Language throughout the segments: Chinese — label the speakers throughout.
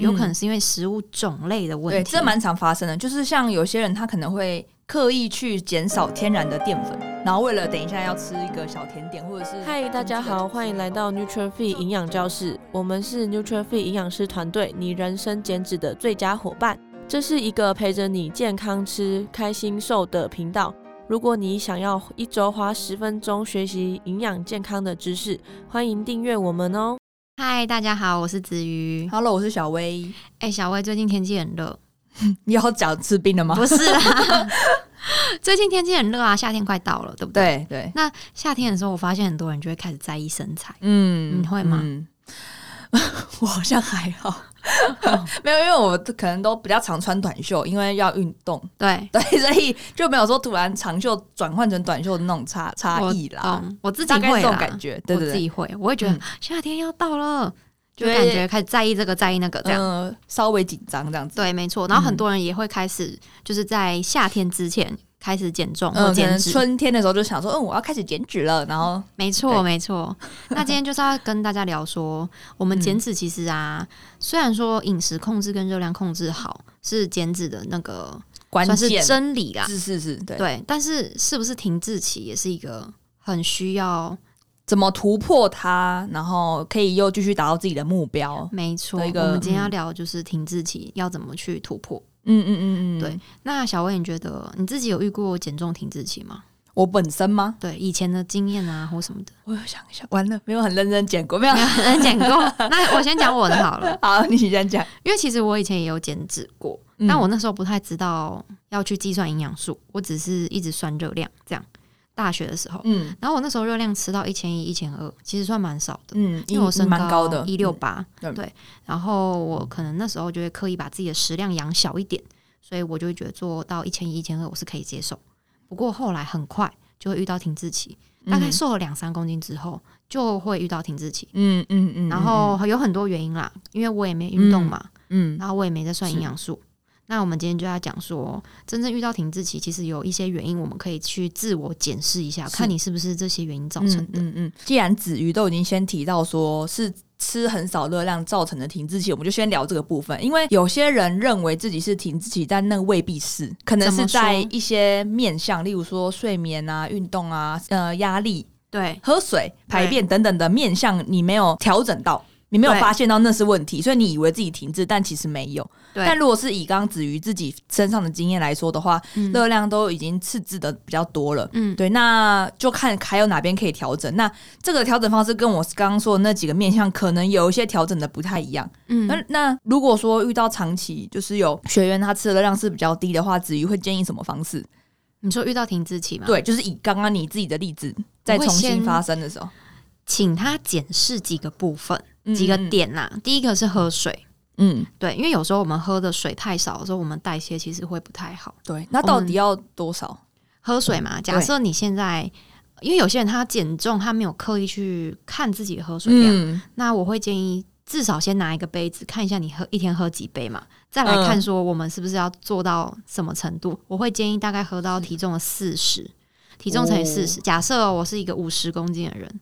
Speaker 1: 有可能是因为食物种类的问
Speaker 2: 嗯对，
Speaker 1: 题。
Speaker 2: 这蛮常发生的。就是像有些人他可能会刻意去减少天然的淀粉，然后为了等一下要吃一个小甜点或者是
Speaker 3: 嗨，大家好，欢迎来到 Nutrify 营养教室，我们是 Nutrify 营养师团队，你人生减脂的最佳伙伴。这是一个陪着你健康吃、开心瘦的频道。如果你想要一周花十分钟学习营养健康的知识，欢迎订阅我们哦。
Speaker 1: 嗨，大家好，我是子瑜。
Speaker 2: Hello，我是小薇。
Speaker 1: 哎、小薇，最近天气很热，
Speaker 2: 你要讲吃冰的 吗？
Speaker 1: 不是啦，最近天气很热啊，夏天快到了，对不对？
Speaker 2: 对对，
Speaker 1: 那夏天的时候，我发现很多人就会开始在意身材。
Speaker 2: 嗯
Speaker 1: 你会吗
Speaker 2: 嗯 我好像还好，
Speaker 1: 哦
Speaker 2: 没有，因为我可能都比较常穿短袖，因为要运动，
Speaker 1: 对，
Speaker 2: 对，所以就没有说突然长袖转换成短袖的那种差差
Speaker 1: 我
Speaker 2: 异啦，
Speaker 1: 懂，我自己
Speaker 2: 大概
Speaker 1: 会
Speaker 2: 是这种
Speaker 1: 啦
Speaker 2: 感觉，对对
Speaker 1: 我自
Speaker 2: 对，
Speaker 1: 己会，我会觉得、
Speaker 2: 嗯
Speaker 1: 夏天要到了，就
Speaker 2: 就会
Speaker 1: 感觉开始在意这个，在意那个，这样。
Speaker 2: 嗯，稍微紧张这样子，
Speaker 1: 对，没错。然后很
Speaker 2: 嗯
Speaker 1: 多人也会开始，就是在夏天之前开始减重或
Speaker 2: 嗯，可
Speaker 1: 减
Speaker 2: 能
Speaker 1: 脂。
Speaker 2: 春天的时候就想说，嗯，我要开始减脂了，然后
Speaker 1: 没
Speaker 2: 对
Speaker 1: 错，没错。那今天就是要跟大家聊说，我
Speaker 2: 嗯
Speaker 1: 们减脂其实啊，虽然说饮食控制跟热量控制好是减脂的那个
Speaker 2: 关
Speaker 1: 算是
Speaker 2: 键
Speaker 1: 真理啦，
Speaker 2: 是是是，对，
Speaker 1: 对。但是是不是停滞期也是一个很需要，
Speaker 2: 怎么突破它，然后可以又继续达到自己的目标，
Speaker 1: 没错。
Speaker 2: 有一
Speaker 1: 我
Speaker 2: 个
Speaker 1: 们今天要
Speaker 2: 嗯
Speaker 1: 聊的就是停滞期要怎么去突破。
Speaker 2: 嗯嗯嗯嗯，
Speaker 1: 对，那小薇，你觉得你自己有遇过减重停滞期吗？
Speaker 2: 我本身吗？
Speaker 1: 对，以前的经验啊，或什么的，
Speaker 2: 我想一下，完了，没有很认真剪过， 没有。
Speaker 1: 很减过。那我先讲我的好了，
Speaker 2: 好，你先讲。
Speaker 1: 因为其实我以前也有减脂过，
Speaker 2: 嗯
Speaker 1: 但我那时候不太知道要去计算营养素，我只是一直算热量这样。大学的时候，
Speaker 2: 嗯
Speaker 1: 然后我那时候热量吃到一千一、一千二，其实算蛮少的。
Speaker 2: 嗯，
Speaker 1: 因为我身
Speaker 2: 蛮高的，
Speaker 1: 一六八，
Speaker 2: 嗯
Speaker 1: 对，然后我可能那时候就会刻意把自己的食量养小一点，所以我就会觉得做到一千一、一千二我是可以接受。不过后来很快就会遇到停滞期，
Speaker 2: 嗯
Speaker 1: 大概瘦了两三公斤之后就会遇到停滞期，
Speaker 2: 嗯嗯嗯。
Speaker 1: 然后有很多原因啦，因为我也没运动嘛，
Speaker 2: 嗯，
Speaker 1: 然后我也没在算营养素。那我们今天就要讲说，真正遇到停滞期，其实有一些原因，我们可以去自我检视一下，
Speaker 2: 是
Speaker 1: 看你是不是这些原因造
Speaker 2: 嗯
Speaker 1: 成
Speaker 2: 嗯
Speaker 1: 的。
Speaker 2: 嗯嗯。既然子瑜都已经先提到说是吃很少热量造成的停滞期，我们就先聊这个部分，因为有些人认为自己是停滞期，但那未必是，可能
Speaker 1: 怎
Speaker 2: 是
Speaker 1: 么说
Speaker 2: 在一些面向，例如说睡眠啊、运动啊、呃压力、
Speaker 1: 对，
Speaker 2: 喝水、排便等等的面向，你没有调整到，你没有
Speaker 1: 对
Speaker 2: 发现到那是问题，所以你以为自己停滞，但其实没有。
Speaker 1: 对
Speaker 2: 但如果是以刚子瑜自己身上的经验来说的话，
Speaker 1: 嗯
Speaker 2: 热、量都已经赤字的比较多了。
Speaker 1: 嗯，
Speaker 2: 对，那就看还有哪边可以调整。那这个调整方式跟我刚刚说的那几个面向，可能有一些调整的不太一样。
Speaker 1: 嗯
Speaker 2: 那那如果说遇到长期就是有学员他吃的热量是比较低的话，子瑜会建议什么方式？
Speaker 1: 你说遇到停滞期吗？，
Speaker 2: 对，就是以刚刚你自己的例子再
Speaker 1: 啊我会
Speaker 2: 重新
Speaker 1: 先
Speaker 2: 发生的时候，
Speaker 1: 请他检视几个部分、几个
Speaker 2: 嗯，
Speaker 1: 点呐、第一个是喝水，
Speaker 2: 嗯，嗯
Speaker 1: 对，因为有时候我们喝的水太少的时候，我们代谢其实会不太好。
Speaker 2: 对，那到
Speaker 1: 我们
Speaker 2: 底要多少？
Speaker 1: 喝水嘛，
Speaker 2: 嗯
Speaker 1: 假设你现在，因为有些人他减重，他没有刻意去看自己的喝水量，
Speaker 2: 嗯，
Speaker 1: 那我会建议。至少先拿一个杯子看一下你喝一天喝几杯嘛，再来
Speaker 2: 嗯
Speaker 1: 看说我们是不是要做到什么程度。我会建议大概喝到体重的四十，体重乘以四
Speaker 2: 哦
Speaker 1: 十、假设哦我是一个五十公斤的人，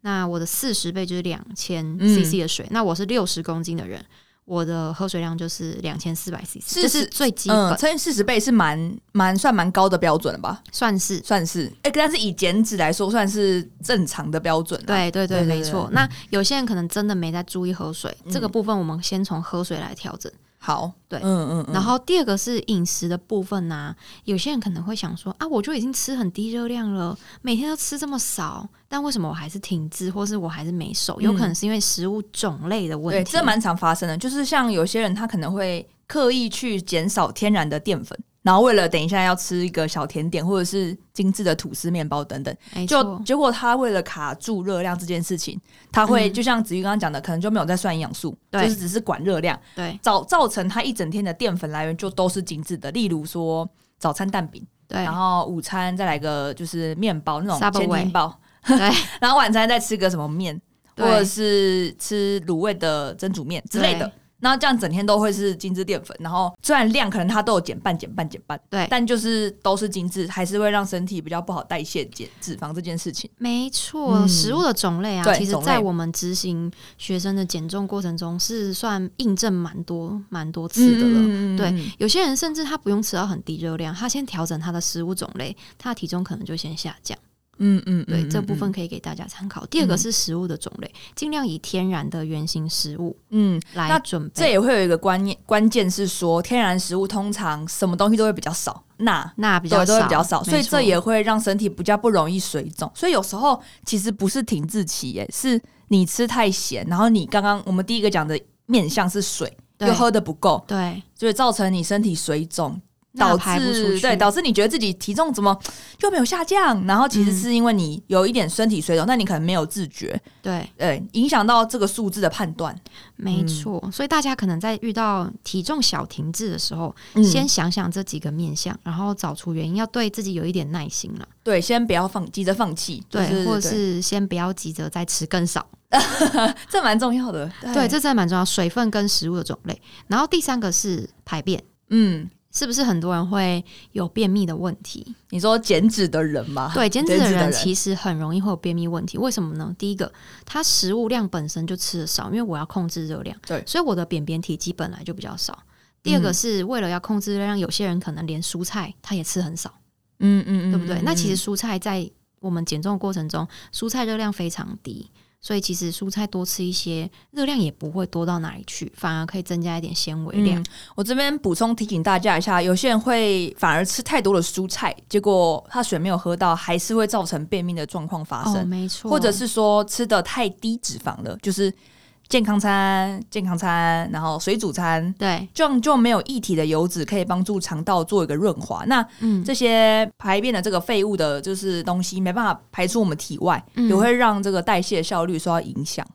Speaker 1: 那我的四十倍就是两千
Speaker 2: 嗯
Speaker 1: CC 的水。那我是六十公斤的人，我的喝水量就是两千四百 CC，
Speaker 2: 40
Speaker 1: 这是最基本，
Speaker 2: 嗯，乘以四十倍是蛮蛮算蛮高的标准了吧？
Speaker 1: 算是
Speaker 2: 算是，哎、但是以减脂来说，算是正常的标准。，
Speaker 1: 对对对，
Speaker 2: 对对
Speaker 1: 没
Speaker 2: 对
Speaker 1: 错。那有些人可能真的没在注意喝水，
Speaker 2: 嗯
Speaker 1: 这个部分我们先从喝水来调整。
Speaker 2: 好，
Speaker 1: 对
Speaker 2: 嗯嗯嗯，
Speaker 1: 然后第二个是饮食的部分呐、有些人可能会想说啊，我就已经吃很低热量了，每天都吃这么少，但为什么我还是停滞，或是我还是没瘦？有可能是因为食物种类的问
Speaker 2: 嗯对，
Speaker 1: 题。
Speaker 2: 这蛮常发生的，就是像有些人他可能会刻意去减少天然的淀粉。然后为了等一下要吃一个小甜点，或者是精致的吐司、面包等等，
Speaker 1: 没
Speaker 2: 就
Speaker 1: 错，
Speaker 2: 结果他为了卡住热量这件事情，他会、
Speaker 1: 嗯
Speaker 2: 就像子瑜刚刚讲的，可能就没有在算营养素，就
Speaker 1: 对
Speaker 2: 是只是管热量，
Speaker 1: 对
Speaker 2: 造造成他一整天的淀粉来源就都是精致的，例如说早餐蛋饼，
Speaker 1: 对
Speaker 2: 然后午餐再来个就是面包那种
Speaker 1: Subway
Speaker 2: 千金包，
Speaker 1: 对
Speaker 2: 然后晚餐再吃个什么面，或
Speaker 1: 对
Speaker 2: 者是吃卤味的蒸煮面之类的
Speaker 1: 对。
Speaker 2: 然后这样整天都会是精致淀粉，然后虽然量可能它都有减半、减半、减半，
Speaker 1: 对
Speaker 2: 但就是都是精致，还是会让身体比较不好代谢减脂肪这件事情。
Speaker 1: 没错，
Speaker 2: 嗯
Speaker 1: 食物的种类啊，
Speaker 2: 对
Speaker 1: 其实
Speaker 2: 种，类
Speaker 1: 在我们执行学生的减重过程中，是算印证蛮多蛮多次的了。
Speaker 2: 嗯
Speaker 1: 对，有些人甚至他不用吃到很低热量，他先调整他的食物种类，他的体重可能就先下降。
Speaker 2: 嗯嗯，
Speaker 1: 对，
Speaker 2: 嗯
Speaker 1: 这部分，可以给大家参考。第二个是食物的种类，尽量以天然的原型食物
Speaker 2: 嗯，嗯
Speaker 1: 来
Speaker 2: 那
Speaker 1: 准
Speaker 2: 这
Speaker 1: 备。
Speaker 2: 也会有一个观念，关键是说天然食物通常什么东西都会比较少，钠
Speaker 1: 那比
Speaker 2: 对
Speaker 1: 较
Speaker 2: 都会
Speaker 1: 少，
Speaker 2: 比较少，所以
Speaker 1: 没错
Speaker 2: 这也会让身体比较不容易水肿。所以有时候其实不是停滞期，耶，是你吃太咸，然后你刚刚我们第一个讲的面向是水，
Speaker 1: 对
Speaker 2: 又喝的不够，
Speaker 1: 对，
Speaker 2: 就会造成你身体水肿。
Speaker 1: 那
Speaker 2: 导
Speaker 1: 排不出
Speaker 2: 致
Speaker 1: 去。
Speaker 2: 对，导致你觉得自己体重怎么就没有下降，然后其实
Speaker 1: 嗯
Speaker 2: 是因为你有一点身体水肿，但你可能没有自觉，
Speaker 1: 对，
Speaker 2: 呃，影响到这个数字的判断。嗯
Speaker 1: 没错。所以大家可能在遇到体重小停滞的时候，
Speaker 2: 嗯
Speaker 1: 先想想这几个面向，然后找出原因，要对自己有一点耐心了。
Speaker 2: 对，先不要放急着放弃，
Speaker 1: 对，
Speaker 2: 就是
Speaker 1: 或者是先不要急着再吃更少。
Speaker 2: 对这蛮重要的。
Speaker 1: 对，这真的蛮重要，水分跟食物的种类。然后第三个是排便，
Speaker 2: 嗯，
Speaker 1: 是不是很多人会有便秘的问题？
Speaker 2: 你说减脂的人嘛，
Speaker 1: 对，减脂的
Speaker 2: 啊的
Speaker 1: 人其实很容易会有便秘问题，为什么呢？第一个，他食物量本身就吃的少，因为我要控制热量，
Speaker 2: 对
Speaker 1: 所以我的便便体积本来就比较少。第二个
Speaker 2: 嗯
Speaker 1: 是为了要控制热量，有些人可能连蔬菜他也吃很少，
Speaker 2: 嗯嗯嗯，
Speaker 1: 对不对？
Speaker 2: 嗯
Speaker 1: 那其
Speaker 2: 嗯
Speaker 1: 实蔬菜在我们减重过程中，蔬菜热量非常低，所以其实蔬菜多吃一些，热量也不会多到哪里去，反而可以增加一点纤维量。
Speaker 2: 嗯我这边补充提醒大家一下，有些人会反而吃太多的蔬菜，结果他水没有喝到，还是会造成便秘的状况发
Speaker 1: 哦，
Speaker 2: 生，
Speaker 1: 没错，
Speaker 2: 或者啊是说吃的太低脂肪了，就是健康餐、健康餐，然后水煮餐。
Speaker 1: 对，
Speaker 2: 这样就没有一体的油脂可以帮助肠道做一个润滑，那
Speaker 1: 嗯，
Speaker 2: 这些排便的这个废物的，就是东西没办法排出我们体外，
Speaker 1: 嗯
Speaker 2: 也会让这个代谢效率受到影响。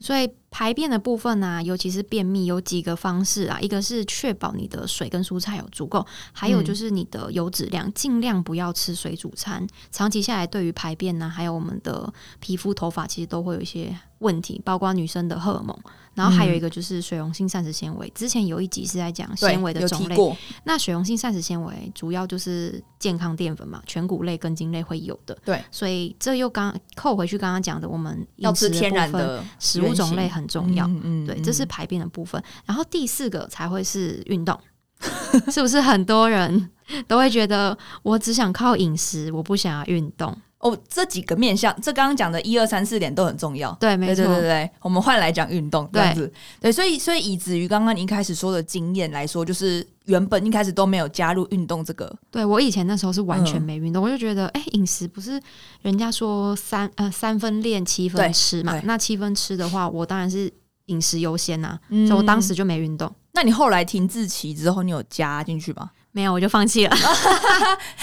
Speaker 1: 所以排便的部分呢、啊尤其是便秘，有几个方式啊，一个是确保你的水跟蔬菜有足够，还有
Speaker 2: 嗯
Speaker 1: 就是你的油脂量，尽量不要吃水煮餐，长期下来对于排便呢、还有我们的皮肤、头发其实都会有一些问题，包括女生的荷尔蒙。然后还有一个就是水溶性膳食纤维，之前有一集是在讲
Speaker 2: 嗯对
Speaker 1: 纤维的
Speaker 2: 有
Speaker 1: 种
Speaker 2: 提
Speaker 1: 类，
Speaker 2: 过，
Speaker 1: 那水溶性膳食纤维主要就是健康淀粉嘛，全谷类、根茎类会有的。
Speaker 2: 对，
Speaker 1: 所以这又刚扣回去刚刚讲的，我们
Speaker 2: 要
Speaker 1: 饮食
Speaker 2: 吃天然
Speaker 1: 部分
Speaker 2: 的
Speaker 1: 食物种类
Speaker 2: 原型
Speaker 1: 很重要。
Speaker 2: 嗯嗯
Speaker 1: 对，
Speaker 2: 嗯
Speaker 1: 这是排便的部分。然后第四个才会是运动， 是不是很多人都会觉得我只想靠饮食，我不想要运动？
Speaker 2: 哦，这几个面向，这刚刚讲的一二三四点都很重要。
Speaker 1: 对，没
Speaker 2: 对
Speaker 1: 错，
Speaker 2: 对对对，我们换来讲运动这样子，对，所以所以以至于刚刚你一开始说的经验来说，就是原本一开始都没有加入运动这个，
Speaker 1: 对我以前那时候是完全
Speaker 2: 嗯
Speaker 1: 没运动，我就觉得，哎、饮食不是人家说三呃三分练七分
Speaker 2: 对
Speaker 1: 吃嘛
Speaker 2: 对？
Speaker 1: 那七分吃的话，我当然是饮食优先呐、
Speaker 2: 嗯
Speaker 1: 所以我当时，就没运动，
Speaker 2: 那你后来停滞期之后，你有加进去吗？
Speaker 1: 没有我就放 弃了。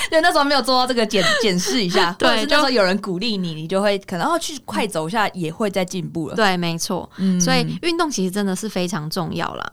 Speaker 2: 对，那时候没有做到这个检检视一 下，
Speaker 1: 对
Speaker 2: 或者是那
Speaker 1: 就
Speaker 2: 时候有人鼓励你，你就会可能哦去快走一下，也会再进步了。
Speaker 1: 对，没错。
Speaker 2: 嗯
Speaker 1: 所以运动其实真的是非常重要啦，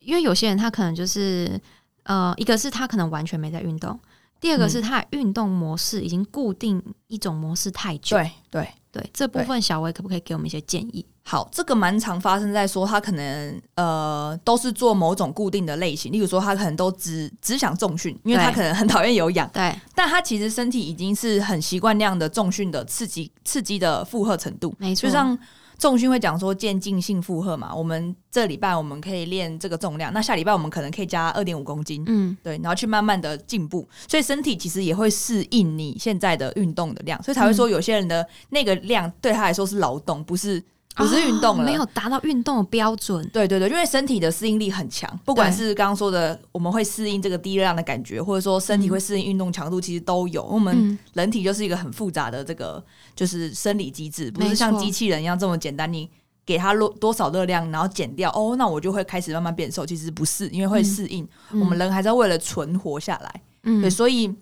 Speaker 1: 因为有些人他可能就是呃，一个是他可能完全没在运动，第二个
Speaker 2: 嗯
Speaker 1: 是他的运动模式已经固定一种模式太久。
Speaker 2: 对对，
Speaker 1: 对这部分小薇可不可以给我们一些建议？
Speaker 2: 好，这个蛮常发生在说他可能呃都是做某种固定的类型，例如说他可能都只只想重训，因为
Speaker 1: 对
Speaker 2: 他可能很讨厌有氧，
Speaker 1: 对
Speaker 2: 但他其实身体已经是很习惯那样的重训的刺激刺激的负荷程度，
Speaker 1: 没错
Speaker 2: 就像。重训会讲说渐进性负荷嘛，我们这礼拜我们可以练这个重量，那下礼拜我们可能可以加二点五公斤，
Speaker 1: 嗯，
Speaker 2: 对，然后去慢慢的进步，所以身体其实也会适应你现在的运动的量，所以
Speaker 1: 嗯
Speaker 2: 才会说有些人的那个量对他来说是劳动，不是不是运动了。
Speaker 1: 哦没有达到运动的标准。
Speaker 2: 对对对，因为身体的适应力很强，不管是刚刚说的我们会适应这个低热量的感觉，或者说身体会适应运动强度，其实都有。我们
Speaker 1: 嗯
Speaker 2: 人体就是一个很复杂的这个就是生理机制，不
Speaker 1: 没
Speaker 2: 是
Speaker 1: 错
Speaker 2: 像机器人一样这么简单。你给它多多少热量，然后减掉哦，那我就会开始慢慢变瘦。其实不是，因为会
Speaker 1: 嗯
Speaker 2: 适应。我们
Speaker 1: 来，
Speaker 2: 人还是要为了存活下来。
Speaker 1: 嗯
Speaker 2: 对，所以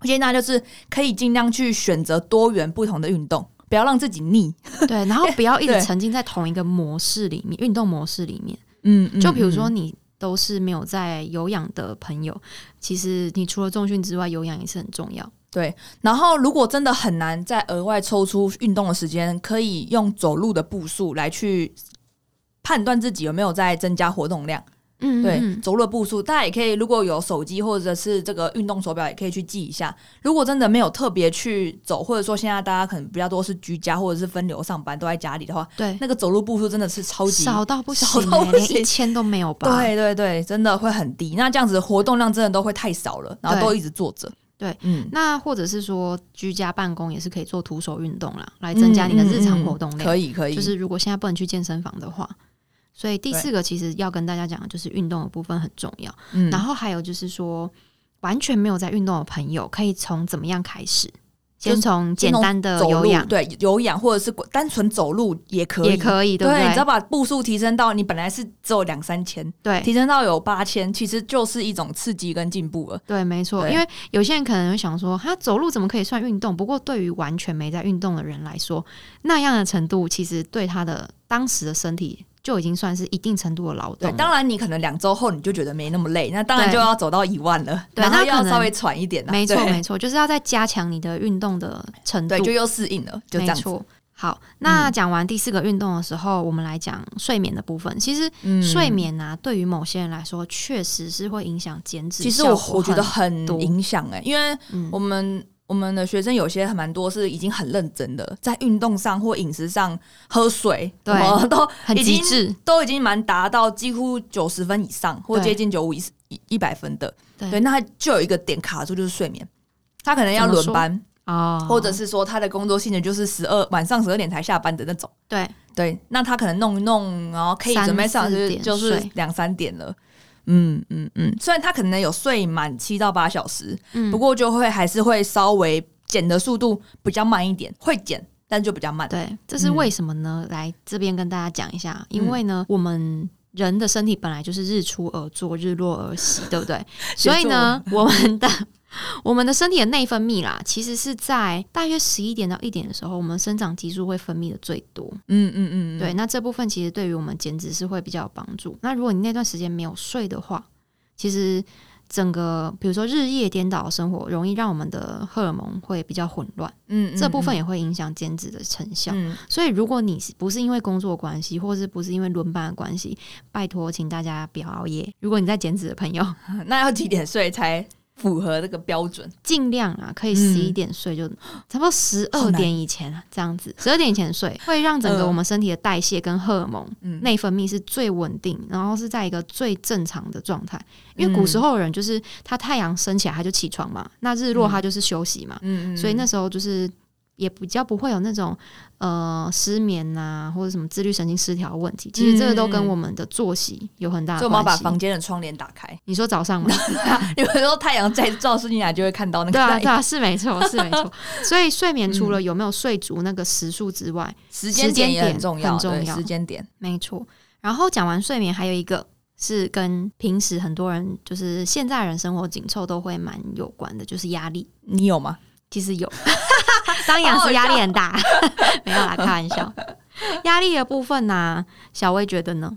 Speaker 2: 我建议大家就是可以尽量去选择多元不同的运动，不要让自己腻。
Speaker 1: 对，嗯然后不要一直
Speaker 2: 对
Speaker 1: 沉浸在同一个模式里面，运动模式里面。
Speaker 2: 嗯
Speaker 1: 就比如说，你都是没有在有氧的朋友，其实你除了重训之外，有氧也是很重要。
Speaker 2: 对，然后如果真的很难再额外抽出运动的时间，可以用走路的步数来去判断自己有没有在增加活动量。
Speaker 1: 嗯，
Speaker 2: 对，
Speaker 1: 嗯
Speaker 2: 走路的步数，大家也可以如果有手机或者是这个运动手表，也可以去记一下。如果真的没有特别去走，或者说现在大家可能比较多是居家或者是分流上班，都在家里的话，
Speaker 1: 对，
Speaker 2: 那个走路步数真的是超级
Speaker 1: 少到不行、
Speaker 2: 少到
Speaker 1: 欸，
Speaker 2: 不
Speaker 1: 连
Speaker 2: 行
Speaker 1: 一千都没有吧？
Speaker 2: 对对对，真的会很低。那这样子活动量真的都会太少了，然后
Speaker 1: 对
Speaker 2: 都一直坐着。
Speaker 1: 对，
Speaker 2: 嗯，
Speaker 1: 那或者是说居家办公也是可以做徒手运动啦，来增加你的日常活动量。
Speaker 2: 嗯可以可以，
Speaker 1: 就是如果现在不能去健身房的话，所以第
Speaker 2: 对
Speaker 1: 四个其实要跟大家讲，的就是运动的部分很重要。
Speaker 2: 嗯
Speaker 1: 然后还有就是说，完全没有在运动的朋友，可以从怎么样开始？
Speaker 2: 就是
Speaker 1: 先从简单的
Speaker 2: 走
Speaker 1: 有
Speaker 2: 路
Speaker 1: 氧
Speaker 2: 对有氧或者是单纯走路也可以，
Speaker 1: 也可以，对不
Speaker 2: 对，你只要
Speaker 1: 对？
Speaker 2: 把步数提升到你本来是只有两三千，
Speaker 1: 对
Speaker 2: 提升到有八千，其实就是一种刺激跟进步了。
Speaker 1: 对，没错。
Speaker 2: 对
Speaker 1: 因为有些人可能会想说，他走路怎么可以算运动？不过对于完全没在运动的人来说，那样的程度其实对他的当时的身体就已经算是一定程度的劳动
Speaker 2: 对，
Speaker 1: 了。
Speaker 2: 当然你可能两周后你就觉得没那么累，那当然
Speaker 1: 对
Speaker 2: 就要走到一万了，
Speaker 1: 对
Speaker 2: 然后
Speaker 1: 那可
Speaker 2: 要
Speaker 1: 能
Speaker 2: 稍微喘一点啦
Speaker 1: 没错，
Speaker 2: 对
Speaker 1: 没错，就是要再加强你的运动的程度
Speaker 2: 对，，就又适应了，就这
Speaker 1: 没
Speaker 2: 样子。嗯
Speaker 1: 错。好，那讲完第四个运动的时候，我们来讲睡眠的部分。其实
Speaker 2: 嗯
Speaker 1: 睡眠啊，对于某些人来说，确实是会影响减脂
Speaker 2: 其实
Speaker 1: 效果
Speaker 2: 我
Speaker 1: 很。
Speaker 2: 我觉得很
Speaker 1: 多
Speaker 2: 影响哎、因为
Speaker 1: 嗯
Speaker 2: 我们我们的学生有些还蛮多是已经很认真的，在运动上或饮食上喝水，
Speaker 1: 对
Speaker 2: 什么都
Speaker 1: 很
Speaker 2: 已
Speaker 1: 极
Speaker 2: 经
Speaker 1: 致，
Speaker 2: 都已经蛮达到几乎九十分以上，或
Speaker 1: 对
Speaker 2: 接近九五以一一百分的。
Speaker 1: 对
Speaker 2: 对，那他就有一个点卡住，就是睡眠。他可能要
Speaker 1: 怎么
Speaker 2: 轮
Speaker 1: 说
Speaker 2: 班，
Speaker 1: 哦，
Speaker 2: 或者是说他的工作性质就是十二晚上十二点才下班的那种。
Speaker 1: 对
Speaker 2: 对，那他可能弄一弄，然后可以
Speaker 1: 三
Speaker 2: 准备上
Speaker 1: 四
Speaker 2: 就是
Speaker 1: 点
Speaker 2: 就是
Speaker 1: 睡
Speaker 2: 两三点了。嗯嗯嗯，虽然他可能有睡满七到八小时，
Speaker 1: 嗯
Speaker 2: 不过就会还是会稍微减的速度比较慢一点，会减，但就比较慢。
Speaker 1: 对，这
Speaker 2: 嗯
Speaker 1: 是为什么呢？来这边跟大家讲一下，因为呢，我们。人的身体本来就是日出而作，日落而息，对不 对？所以呢，我们的 我们的身体的内分泌啦，其实是在大约十一点到一点的时候，我们生长激素会分泌的最多。
Speaker 2: 嗯嗯嗯，嗯
Speaker 1: 对，，那这部分其实对于我们减脂是会比较有帮助。那如果你那段时间没有睡的话，其实整个比如说日夜颠倒的生活，容易让我们的荷尔蒙会比较混乱，
Speaker 2: 嗯
Speaker 1: 这部分也会影响减脂的成效。
Speaker 2: 嗯
Speaker 1: 所以，如果你是不是因为工作关系，或是不是因为轮班的关系，拜托，请大家不要熬夜。如果你在减脂的朋友，
Speaker 2: 嗯，那要几点睡才符合这个标准？
Speaker 1: 尽量啊，可以
Speaker 2: 嗯
Speaker 1: 十一点睡就，差不多十
Speaker 2: 好
Speaker 1: 二
Speaker 2: 难
Speaker 1: 点以前啊，这样子，十二点以前睡，会让整个
Speaker 2: 嗯
Speaker 1: 我们身体的代谢跟荷尔蒙
Speaker 2: 嗯，
Speaker 1: 内分泌是最稳定，然后是在一个最正常的状态。因
Speaker 2: 嗯
Speaker 1: 为古时候的人就是他太阳升起来他就起床嘛，那日落他就是休息嘛，
Speaker 2: 嗯嗯，
Speaker 1: 所以那时候就是也比较不会有那种呃失眠呐、或者什么自律神经失调的问题。其实这个都跟我们的作息有很大
Speaker 2: 所以
Speaker 1: 的
Speaker 2: 我们要把
Speaker 1: 关系。
Speaker 2: 房间的窗帘打开，
Speaker 1: 你说早上吗？
Speaker 2: 有时候太阳再照射进来就会看到那个
Speaker 1: 对啊，
Speaker 2: 太
Speaker 1: 对啊，是没错，是没错。所以睡眠除了有没有睡足那个时数之外，
Speaker 2: 时间点也很重
Speaker 1: 时间点
Speaker 2: 要，
Speaker 1: 很重
Speaker 2: 对
Speaker 1: 要
Speaker 2: 时间点。
Speaker 1: 没错。然后讲完睡眠，还有一个是跟平时很多人就是现在人生活紧凑都会蛮有关的，就是压力。
Speaker 2: 你有吗？
Speaker 1: 其实有，当然是压力很大，
Speaker 2: 哦
Speaker 1: 没有啦，开玩笑。压力的部分呢、小薇觉得呢？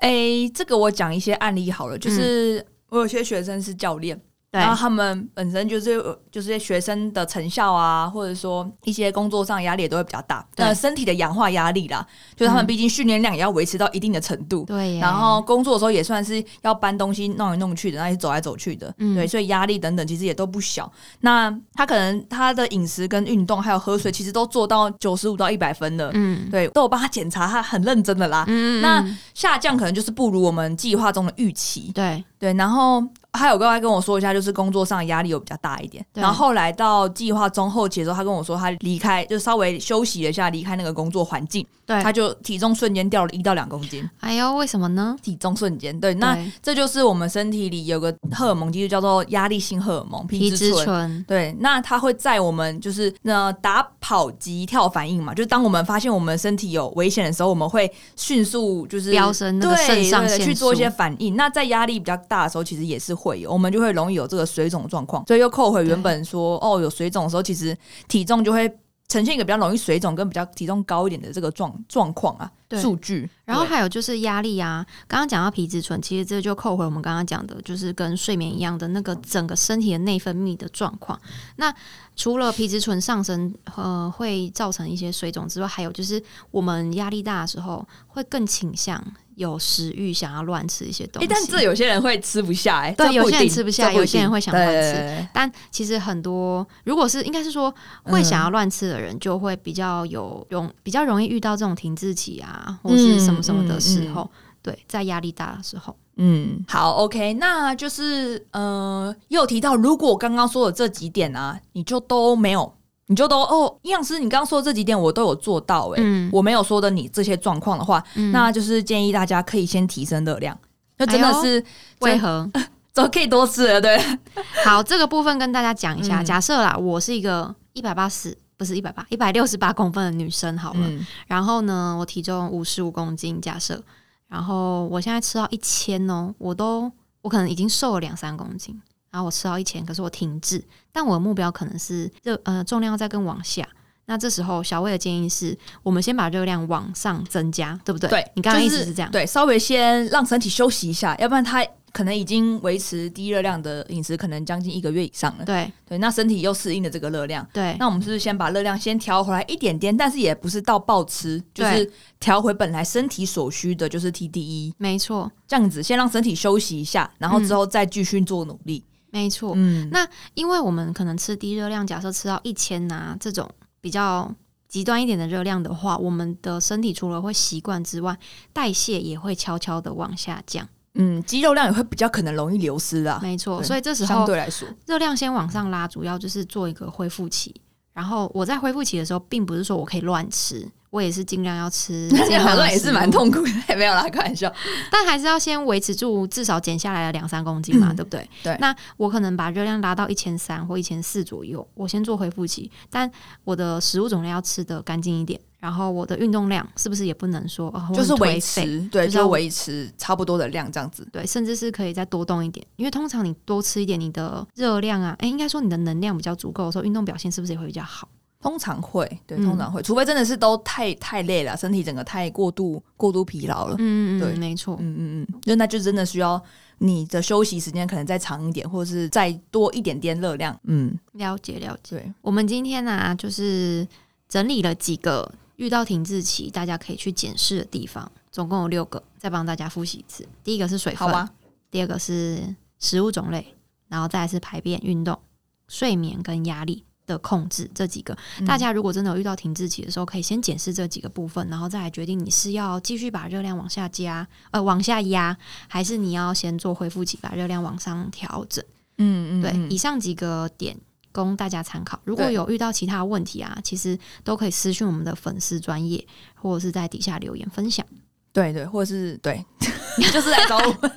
Speaker 2: 诶、哎这个我讲一些案例好了，就是我有些学生是教练，
Speaker 1: 嗯对
Speaker 2: 然后他们本身就是就是学生的成效啊，或者说一些工作上压力也都会比较大，
Speaker 1: 对
Speaker 2: 那身体的氧化压力啦，就是他们
Speaker 1: 嗯
Speaker 2: 毕竟训练量也要维持到一定的程度。
Speaker 1: 对耶，
Speaker 2: 然后工作的时候也算是要搬东西弄来弄去的，那些走来走去的，
Speaker 1: 嗯
Speaker 2: 对，所以压力等等其实也都不小。那他可能他的饮食跟运动还有喝水，其实都做到九十五到一百分了，
Speaker 1: 嗯，
Speaker 2: 对，都有帮他检查，他很认真的啦。
Speaker 1: 嗯，嗯，
Speaker 2: 那
Speaker 1: 嗯
Speaker 2: 下降可能就是不如我们计划中的预期，
Speaker 1: 对
Speaker 2: 对。然后还有刚才跟我说一下，就是工作上压力有比较大一点。
Speaker 1: 对
Speaker 2: 然后后来到计划中后期的时候，他跟我说他离开，就稍微休息了一下，离开那个工作环境，他
Speaker 1: 对，
Speaker 2: 就体重瞬间掉了一到两公斤，
Speaker 1: 哎呦，为什么呢？
Speaker 2: 体重瞬间。对，那
Speaker 1: 对
Speaker 2: 这就是我们身体里有个荷尔蒙机制叫做压力性荷尔蒙皮
Speaker 1: 皮
Speaker 2: 质
Speaker 1: 质
Speaker 2: 醇。
Speaker 1: 醇，
Speaker 2: 对，那它会在我们就是呃打跑急跳反应嘛，就是当我们发现我们身体有危险的时候，我们会迅速就是
Speaker 1: 飙升那个
Speaker 2: 对
Speaker 1: 肾上
Speaker 2: 对
Speaker 1: 腺
Speaker 2: 去做一
Speaker 1: 素
Speaker 2: 些反应。那在压力比较大的时候，其实也是会有，我们就会容易有这个水肿的状况。所以又扣回原
Speaker 1: 对
Speaker 2: 本说哦，有水肿的时候，其实体重就会呈现一个比较容易水肿跟比较体重高一点的这个状状况啊
Speaker 1: 对
Speaker 2: 数据。
Speaker 1: 然后
Speaker 2: 对
Speaker 1: 还有就是压力啊，刚刚讲到皮质醇，其实这就扣回我们刚刚讲的，就是跟睡眠一样的那个整个身体的内分泌的状况。那除了皮质醇上升，呃，会造成一些水肿之外，还有就是我们压力大的时候，会更倾向有食欲想要乱吃一些东
Speaker 2: 哎、
Speaker 1: 西。
Speaker 2: 但这有些人会吃不下、哎，
Speaker 1: 对
Speaker 2: 这不一定
Speaker 1: 有些人吃不下
Speaker 2: 这一定
Speaker 1: 有些人会想乱吃
Speaker 2: 对对对对
Speaker 1: 但其实很多，如果是应该是说
Speaker 2: 嗯
Speaker 1: 会想要乱吃的人，就会比较有容，比较容易遇到这种停滞期啊，
Speaker 2: 嗯
Speaker 1: 或是什么什么的时候。对，在压力大的时候，
Speaker 2: 嗯，好，OK，那就是呃，也有提到，如果我刚刚说的这几点啊，你就都没有，你就都哦，营养师，你刚刚说的这几点我都有做到、欸，哎、
Speaker 1: 嗯，
Speaker 2: 我没有说的你这些状况的话，
Speaker 1: 嗯
Speaker 2: 那就是建议大家可以先提升热量，那真的
Speaker 1: 哎呦
Speaker 2: 是
Speaker 1: 为何？
Speaker 2: 都可以多吃了，对，
Speaker 1: 好，这个部分跟大家讲一下。
Speaker 2: 嗯
Speaker 1: 假设啦，我是一个一百八十，不是一百八，一百六十八公分的女生好了。
Speaker 2: 嗯
Speaker 1: 然后呢，我体重五十五公斤，假设，然后我现在吃到一千哦，我都我可能已经瘦了两三公斤，然后我吃到一千，可是我停滞，但我的目标可能是热呃重量要再更往下。那这时候，小魏的建议是我们先把热量往上增加，对不对？
Speaker 2: 对，
Speaker 1: 你刚刚意
Speaker 2: 就
Speaker 1: 思是这样，
Speaker 2: 对，稍微先让身体休息一下，要不然它可能已经维持低热量的饮食，可能将近一个月以上了，
Speaker 1: 对
Speaker 2: 对，那身体又适应了这个热量。
Speaker 1: 对
Speaker 2: 那我们是不是先把热量先调回来一点点，但是也不是到暴吃，就
Speaker 1: 对
Speaker 2: 是调回本来身体所需的，就是 TDE
Speaker 1: 没错
Speaker 2: 这样子，先让身体休息一下，然后之后再继续做努力。
Speaker 1: 没错。
Speaker 2: 嗯，
Speaker 1: 那因为我们可能吃低热量，假设吃到一千呐这种比较极端一点的热量的话，我们的身体除了会习惯之外，代谢也会悄悄的往下降。
Speaker 2: 嗯，肌肉量也会比较可能容易流失啦，
Speaker 1: 没错，
Speaker 2: 啊对
Speaker 1: 所以这时
Speaker 2: 相
Speaker 1: 候
Speaker 2: 对来说，
Speaker 1: 热量先往上拉，主要就是做一个恢复期。然后我在恢复期的时候，并不是说我可以乱吃，我也是尽量要 吃
Speaker 2: 那
Speaker 1: 健
Speaker 2: 好
Speaker 1: 康的
Speaker 2: 像也是
Speaker 1: 食
Speaker 2: 蛮
Speaker 1: 物，
Speaker 2: 痛苦的， 没有啦，开玩笑。
Speaker 1: 但还是要先维持住至少减下来的两三公斤嘛，
Speaker 2: 嗯
Speaker 1: 对不对？
Speaker 2: 对
Speaker 1: 那我可能把热量拉到一千三或一千四左右，我先做恢复期，但我的食物种类要吃的干净一点，然后我的运动量是不是也不能说哦，我
Speaker 2: 就是
Speaker 1: 很颓
Speaker 2: 维
Speaker 1: 废
Speaker 2: 持，对，
Speaker 1: 就是
Speaker 2: 就
Speaker 1: 要
Speaker 2: 维持差不多的量这样子。
Speaker 1: 对，甚至是可以再多动一点，因为通常你多吃一点，你的热量啊，哎，应该说你的能量比较足够的时候，运动表现是不是也会比较好？
Speaker 2: 通常会，对，
Speaker 1: 嗯
Speaker 2: 通常会，除非真的是都太太累了，身体整个太过度过度疲劳了。
Speaker 1: 嗯
Speaker 2: 对
Speaker 1: 嗯，没错，
Speaker 2: 嗯嗯嗯，就那就真的需要你的休息时间可能再长一点，或者是再多一点点热量。嗯，
Speaker 1: 了解了解。
Speaker 2: 对，
Speaker 1: 我们今天呢、就是整理了几个遇到停滞期大家可以去检视的地方，总共有六个，再帮大家复习一次。第一个是水
Speaker 2: 好啊
Speaker 1: 分，
Speaker 2: 吧，
Speaker 1: 第二个是食物种类，然后再来是排便、运动、睡眠跟压力的控制这几个。大家如果真的有遇到停滞期的时候，可以先检视这几个部分，然后再来决定你是要继续把热量往下加，呃，往下压，还是你要先做恢复期，把热量往上调整。
Speaker 2: 嗯嗯，
Speaker 1: 对，
Speaker 2: 嗯
Speaker 1: 以上几个点供大家参考。如果
Speaker 2: 对
Speaker 1: 有遇到其他问题啊，其实都可以私讯我们的粉丝专业，或者是在底下留言分享。
Speaker 2: 对对，或者是对， 就是来找我们，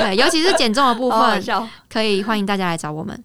Speaker 1: 对，尤其是减重的部
Speaker 2: 好哦好
Speaker 1: 分，
Speaker 2: 笑。
Speaker 1: 可以欢迎大家来找我们。